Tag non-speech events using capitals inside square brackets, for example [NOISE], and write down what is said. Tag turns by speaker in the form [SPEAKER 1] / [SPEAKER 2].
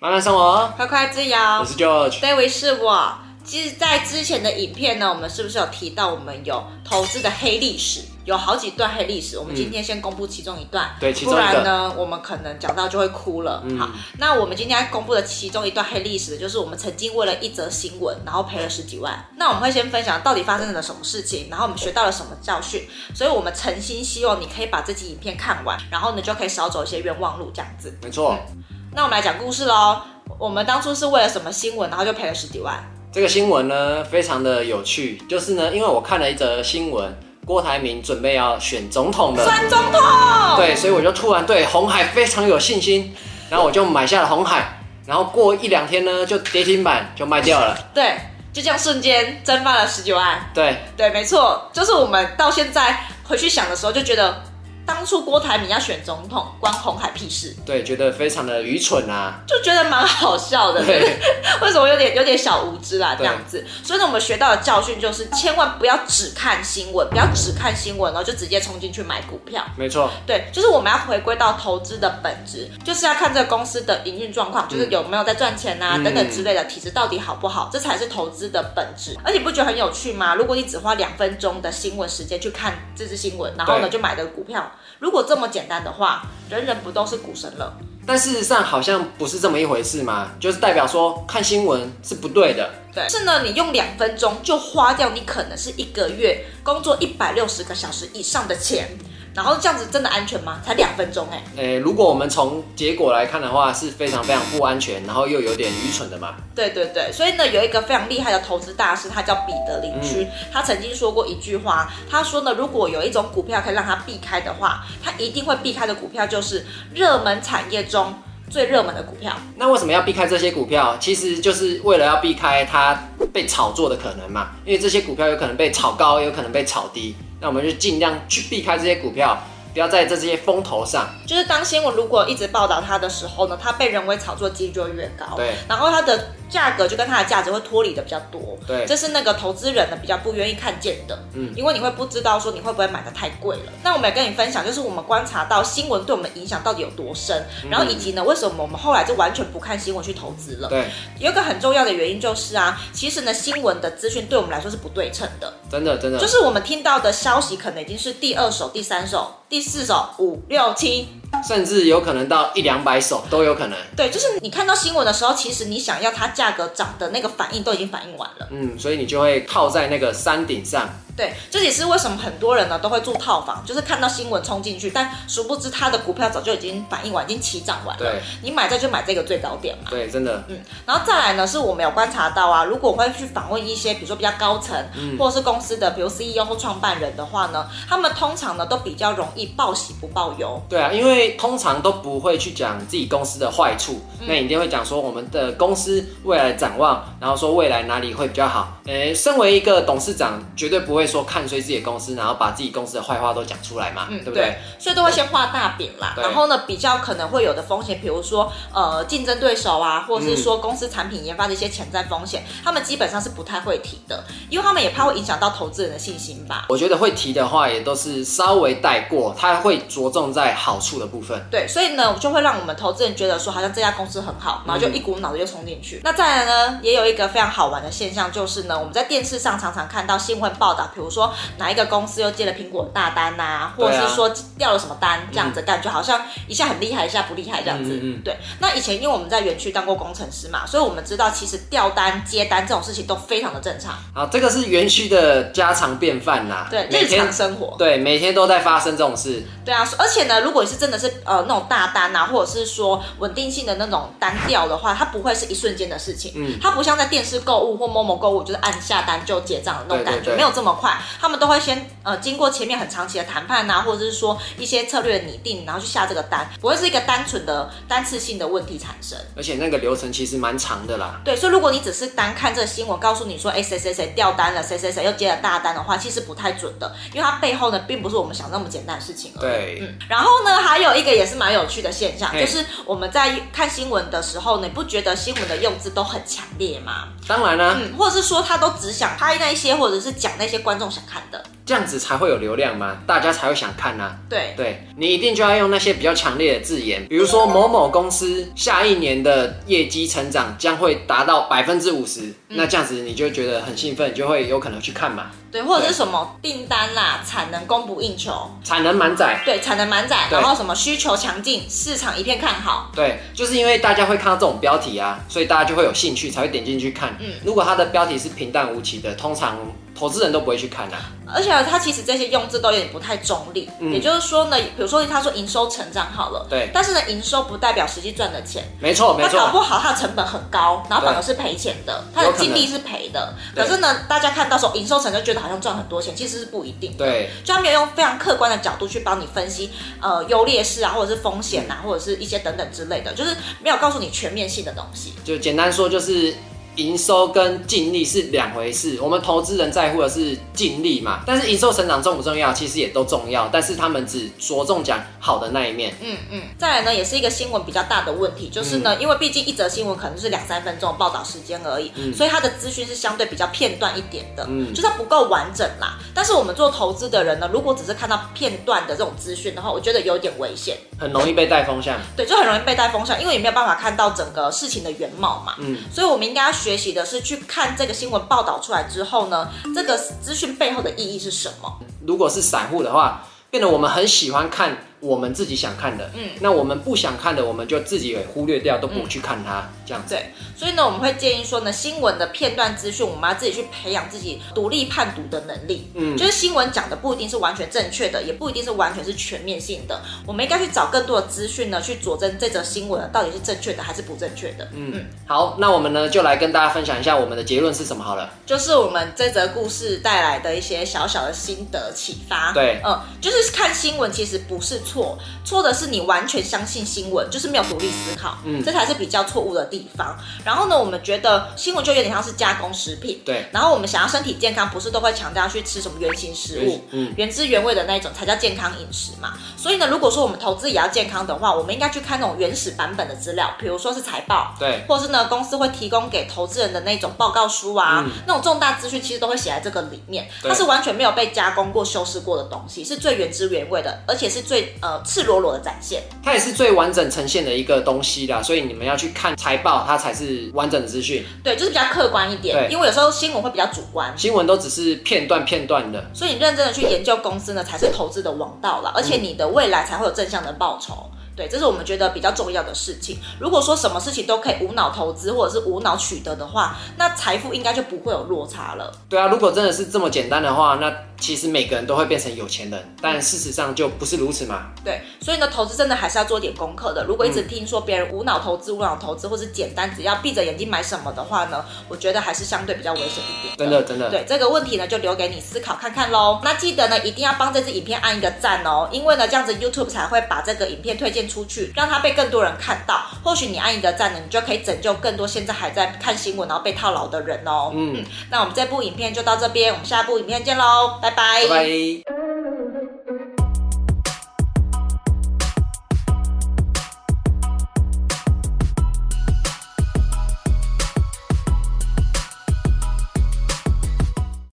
[SPEAKER 1] 慢慢生活，
[SPEAKER 2] 快快自
[SPEAKER 1] 我
[SPEAKER 2] 由
[SPEAKER 1] 是 George。
[SPEAKER 2] ，David 是我。其实，在之前的影片呢，我们是不是有提到我们有投资的黑历史，有好几段黑历史？我们今天先公布其中一段，
[SPEAKER 1] 嗯对其中
[SPEAKER 2] 不
[SPEAKER 1] 一嗯个
[SPEAKER 2] 然呢，我们可能讲到就会哭了。好，那我们今天要公布的其中一段黑历史，就是我们曾经为了一则新闻，然后赔了十几万。那我们会先分享到底发生了什么事情，然后我们学到了什么教训，所以我们诚心希望你可以把这集影片看完，然后呢就可以少走一些冤枉路，这样子。
[SPEAKER 1] 没错，
[SPEAKER 2] 那我们来讲故事喽。我们当初是为了什么新闻，然后就赔了十几万？
[SPEAKER 1] 这个新闻呢非常的有趣，就是呢，因为我看了一则新闻，郭台铭准备要选总统了，
[SPEAKER 2] 算总统，
[SPEAKER 1] 对，所以我就突然对红海非常有信心，然后我就买下了红海，然后过一两天呢就跌停板就卖掉
[SPEAKER 2] [LAUGHS]
[SPEAKER 1] 了，
[SPEAKER 2] 对，就这样瞬间蒸发了十几万。
[SPEAKER 1] 对，
[SPEAKER 2] 对，没错，就是我们到现在回去想的时候，就觉得当初郭台铭要选总统，关红海屁事，
[SPEAKER 1] 对，觉得非常的愚蠢啊，
[SPEAKER 2] 就觉得蛮好笑的。
[SPEAKER 1] 对，
[SPEAKER 2] 为什么有点有点小无知啦，
[SPEAKER 1] 对
[SPEAKER 2] 这样子。所以呢，我们学到的教训就是，千万不要只看新闻，不要只看新闻，然后就直接冲进去买股票。
[SPEAKER 1] 没错，
[SPEAKER 2] 对，就是我们要回归到投资的本质，就是要看这个公司的营运状况，就是有没有在赚钱啊、
[SPEAKER 1] 嗯
[SPEAKER 2] 等等之类的体质到底好不好，这才是投资的本质。而且你不觉得很有趣吗？如果你只花两分钟的新闻时间去看这支新闻，然后呢
[SPEAKER 1] 对
[SPEAKER 2] 就买的股票，如果这么简单的话，人人不都是股神了？
[SPEAKER 1] 但事实上好像不是这么一回事嘛，就是代表说看新闻是不对的，
[SPEAKER 2] 对，是呢，你用两分钟就花掉你可能是一个月工作一百六十个小时以上的钱，然后这样子真的安全吗？才两分钟哎、
[SPEAKER 1] 诶，呃如果我们从结果来看的话，是非常非常不安全，然后又有点愚蠢的嘛。
[SPEAKER 2] 对对对，所以呢，有一个非常厉害的投资大师，他叫彼得林区，他曾经说过一句话，他说呢，如果有一种股票可以让他避开的话，他一定会避开的股票就是热门产业中最热门的股票。
[SPEAKER 1] 那为什么要避开这些股票？其实就是为了要避开它被炒作的可能嘛，因为这些股票有可能被炒高，有可能被炒低，那我们就尽量去避开这些股票，不要在这些风头上。
[SPEAKER 2] 就是当新闻如果一直报道它的时候呢，它被人为炒作几率就会越高，
[SPEAKER 1] 对，
[SPEAKER 2] 然后它的价格就跟它的价值会脱离的比较多，
[SPEAKER 1] 对
[SPEAKER 2] 这是那个投资人呢比较不愿意看见的，嗯，因为你会不知道说你会不会买的太贵了。那我们也跟你分享，就是我们观察到新闻对我们的影响到底有多深，然后以及呢，为什么我们后来就完全不看新闻去投资了？
[SPEAKER 1] 对，
[SPEAKER 2] 有一个很重要的原因就是啊，其实呢，新闻的资讯对我们来说是不对称的，
[SPEAKER 1] 真的真的
[SPEAKER 2] 就，是我们听到的消息可能已经是第二手、第三手、第四手、五六七
[SPEAKER 1] 甚至有可能到一两百手都有可能。
[SPEAKER 2] 对，就是你看到新闻的时候，其实你想要它价格涨的那个反应都已经反应完了。
[SPEAKER 1] 嗯，所以你就会靠在那个山顶上。
[SPEAKER 2] 对，这也是为什么很多人呢都会住套房，就是看到新闻冲进去，但殊不知它的股票早就已经反应完，已经起涨完了
[SPEAKER 1] 对。
[SPEAKER 2] 你买这就买这个最高点嘛。
[SPEAKER 1] 对，真的，
[SPEAKER 2] 嗯，然后再来呢，是我们有观察到啊，如果我会去访问一些，比如说比较高层，或者是公司的，比如 CEO 或创办人的话呢，他们通常呢都比较容易报喜不报忧。
[SPEAKER 1] 对啊，因为通常都不会去讲自己公司的坏处，
[SPEAKER 2] 嗯
[SPEAKER 1] 那你一定会讲说我们的公司未来展望，然后说未来哪里会比较好。诶，身为一个董事长，绝对不会说看衰自己的公司，然后把自己公司的坏话都讲出来嘛，
[SPEAKER 2] 嗯，
[SPEAKER 1] 对不
[SPEAKER 2] 对
[SPEAKER 1] 对？
[SPEAKER 2] 所以都会先画大饼啦。
[SPEAKER 1] 对
[SPEAKER 2] 然后呢，比较可能会有的风险，比如说呃竞争对手啊，或者是说公司产品研发的一些潜在风险，他们基本上是不太会提的，因为他们也怕会影响到投资人的信心吧。
[SPEAKER 1] 我觉得会提的话，也都是稍微带过，他会着重在好处的部分。
[SPEAKER 2] 对，所以呢，就会让我们投资人觉得说，好像这家公司很好，然后就一股脑的就冲进
[SPEAKER 1] 嗯
[SPEAKER 2] 去。那再来呢，也有一个非常好玩的现象，就是呢，我们在电视上常常看到新闻报道，比如说哪一个公司又接了苹果大单呐、
[SPEAKER 1] 对
[SPEAKER 2] 或
[SPEAKER 1] 啊
[SPEAKER 2] 者是说掉了什么单，这样子、感觉好像一下很厉害，一下不厉害这样子。
[SPEAKER 1] 嗯嗯嗯
[SPEAKER 2] 对，那以前因为我们在园区当过工程师嘛，所以我们知道其实掉单、接单这种事情都非常的正常，
[SPEAKER 1] 啊，这个是园区的家常便饭啦，
[SPEAKER 2] 对，
[SPEAKER 1] 每
[SPEAKER 2] 日
[SPEAKER 1] 天
[SPEAKER 2] 常生活。
[SPEAKER 1] 对每天都在发生这种事，
[SPEAKER 2] 对啊，而且呢，如果你是真的是呃那种大单啊，或者是说稳定性的那种单调的话，它不会是一瞬间的事情，
[SPEAKER 1] 嗯
[SPEAKER 2] 它不像在电视购物或某某购物，就是按下单就结账的那种感觉，
[SPEAKER 1] 对对对
[SPEAKER 2] 没有这么快，他们都会先呃经过前面很长期的谈判啊，或者是说一些策略的拟定，然后去下这个单，不会是一个单纯的单次性的问题产生。
[SPEAKER 1] 而且那个流程其实蛮长的啦。
[SPEAKER 2] 对，所以如果你只是单看这个新闻，告诉你说，哎，谁谁谁掉单了，谁谁谁又接了大单的话，其实不太准的，因为它背后呢，并不是我们想那么简单的事情而已。
[SPEAKER 1] 对
[SPEAKER 2] 嗯，然后呢，还有一个也是蛮有趣的现象，
[SPEAKER 1] 嘿
[SPEAKER 2] 就是我们在看新闻的时候，你不觉得新闻的用字都很强烈吗？
[SPEAKER 1] 当然啦、啊
[SPEAKER 2] 嗯，或者是说他都只想拍那些，或者是讲那些观众想看的。
[SPEAKER 1] 这样子才会有流量嘛，大家才会想看呐、啊
[SPEAKER 2] 对，
[SPEAKER 1] 对你一定就要用那些比较强烈的字眼，比如说某某公司下一年的业绩成长将会达到百分之五十，
[SPEAKER 2] 嗯
[SPEAKER 1] 那这样子你就会觉得很兴奋，你就会有可能去看嘛。
[SPEAKER 2] 对，或者是什么订单啦，产能供不应求，
[SPEAKER 1] 产能满载，
[SPEAKER 2] 对，产能满载，
[SPEAKER 1] 对
[SPEAKER 2] 然后什么需求强劲，市场一片看好。
[SPEAKER 1] 对，就是因为大家会看到这种标题啊，所以大家就会有兴趣，才会点进去看。
[SPEAKER 2] 嗯
[SPEAKER 1] 如果它的标题是平淡无奇的，通常投资人都不会去看啊的、
[SPEAKER 2] 而且它其实这些用字都有点不太中立，
[SPEAKER 1] 嗯
[SPEAKER 2] 也就是说呢，比如说他说营收成长好了，
[SPEAKER 1] 对
[SPEAKER 2] 但是呢，营收不代表实际赚的钱，
[SPEAKER 1] 没错，没
[SPEAKER 2] 他搞
[SPEAKER 1] 错，
[SPEAKER 2] 不好他的成本很高，然后反而
[SPEAKER 1] 对
[SPEAKER 2] 是赔钱的，他的
[SPEAKER 1] 有可能
[SPEAKER 2] 净利是赔的。
[SPEAKER 1] 对
[SPEAKER 2] 可是呢，大家看到时候营收成就觉得好像赚很多钱，其实是不一定的。
[SPEAKER 1] 对，
[SPEAKER 2] 就他没有用非常客观的角度去帮你分析，呃，优劣势啊，或者是风险啊，或者是一些等等之类的，就是没有告诉你全面性的东西。
[SPEAKER 1] 就简单说就是。营收跟净利是两回事，我们投资人在乎的是净利嘛，但是营收成长重不重要，其实也都重要，但是他们只着重讲好的那一面。
[SPEAKER 2] 嗯嗯。再来呢，也是一个新闻比较大的问题，就是呢，因为毕竟一则新闻可能是两三分钟的报道时间而已，所以它的资讯是相对比较片段一点的，
[SPEAKER 1] 嗯
[SPEAKER 2] 就是它不够完整啦。但是我们做投资的人呢，如果只是看到片段的这种资讯的话，我觉得有点危险。
[SPEAKER 1] 很容易被带风向。
[SPEAKER 2] 对，就很容易被带风向，因为你没有办法看到整个事情的原貌嘛。
[SPEAKER 1] 嗯，
[SPEAKER 2] 所以我们应该要学习的是去看这个新闻报道出来之后呢，这个资讯背后的意义是什么？
[SPEAKER 1] 如果是散户的话，变得我们很喜欢看我们自己想看的，
[SPEAKER 2] 嗯，
[SPEAKER 1] 那我们不想看的，我们就自己也忽略掉，都不去看它，这样子。
[SPEAKER 2] 嗯对，所以呢，我们会建议说呢，新闻的片段资讯，我们要自己去培养自己独立判读的能力。
[SPEAKER 1] 嗯
[SPEAKER 2] 就是新闻讲的不一定是完全正确的，也不一定是完全是全面性的，我们应该去找更多的资讯呢，去佐证这则新闻到底是正确的还是不正确的。嗯嗯，
[SPEAKER 1] 好，那我们呢就来跟大家分享一下我们的结论是什么好了。
[SPEAKER 2] 就是我们这则故事带来的一些小小的心得启发。
[SPEAKER 1] 对
[SPEAKER 2] 嗯，就是看新闻其实不是错，错的是你完全相信新闻，就是没有独立思考，
[SPEAKER 1] 嗯
[SPEAKER 2] 这才是比较错误的地方。然后呢，我们觉得新闻就有点像是加工食品，
[SPEAKER 1] 对，
[SPEAKER 2] 然后我们想要身体健康，不是都会强调去吃什么原型食物
[SPEAKER 1] 原，嗯
[SPEAKER 2] 原汁原味的那一种才叫健康饮食嘛。所以呢，如果说我们投资也要健康的话，我们应该去看那种原始版本的资料，比如说是财报。
[SPEAKER 1] 对，
[SPEAKER 2] 或是呢，公司会提供给投资人的那种报告书啊，
[SPEAKER 1] 嗯
[SPEAKER 2] 那种重大资讯其实都会写在这个里面，
[SPEAKER 1] 对
[SPEAKER 2] 它是完全没有被加工过、修饰过的东西，是最原汁原味的，而且是最呃赤裸裸的展现。
[SPEAKER 1] 它也是最完整呈现的一个东西啦，所以你们要去看财报，它才是完整的资讯。
[SPEAKER 2] 对，就是比较客观一点，
[SPEAKER 1] 对
[SPEAKER 2] 因为有时候新闻会比较主观，
[SPEAKER 1] 新闻都只是片段片段的，
[SPEAKER 2] 所以你认真的去研究公司呢，才是投资的王道啦，而且你的未来才会有正向的报酬。对，这是我们觉得比较重要的事情。如果说什么事情都可以无脑投资或者是无脑取得的话，那财富应该就不会有落差了。
[SPEAKER 1] 对啊，如果真的是这么简单的话，那其实每个人都会变成有钱人，但事实上就不是如此嘛。
[SPEAKER 2] 对，所以呢，投资真的还是要做点功课的。如果一直听说别人无脑投资、无脑投资，或是简单只要闭着眼睛买什么的话呢，我觉得还是相对比较危险一点。
[SPEAKER 1] 真的，真的。
[SPEAKER 2] 对这个问题呢，就留给你思考看看喽。那记得呢，一定要帮这支影片按一个赞哦，因为呢，这样子 YouTube 才会把这个影片推荐出去，让它被更多人看到。或许你按一个赞呢，你就可以拯救更多现在还在看新闻然后被套嗯牢的人哦。嗯，那我们这部影片就到这边，我们下部影片见喽，拜
[SPEAKER 1] 拜拜。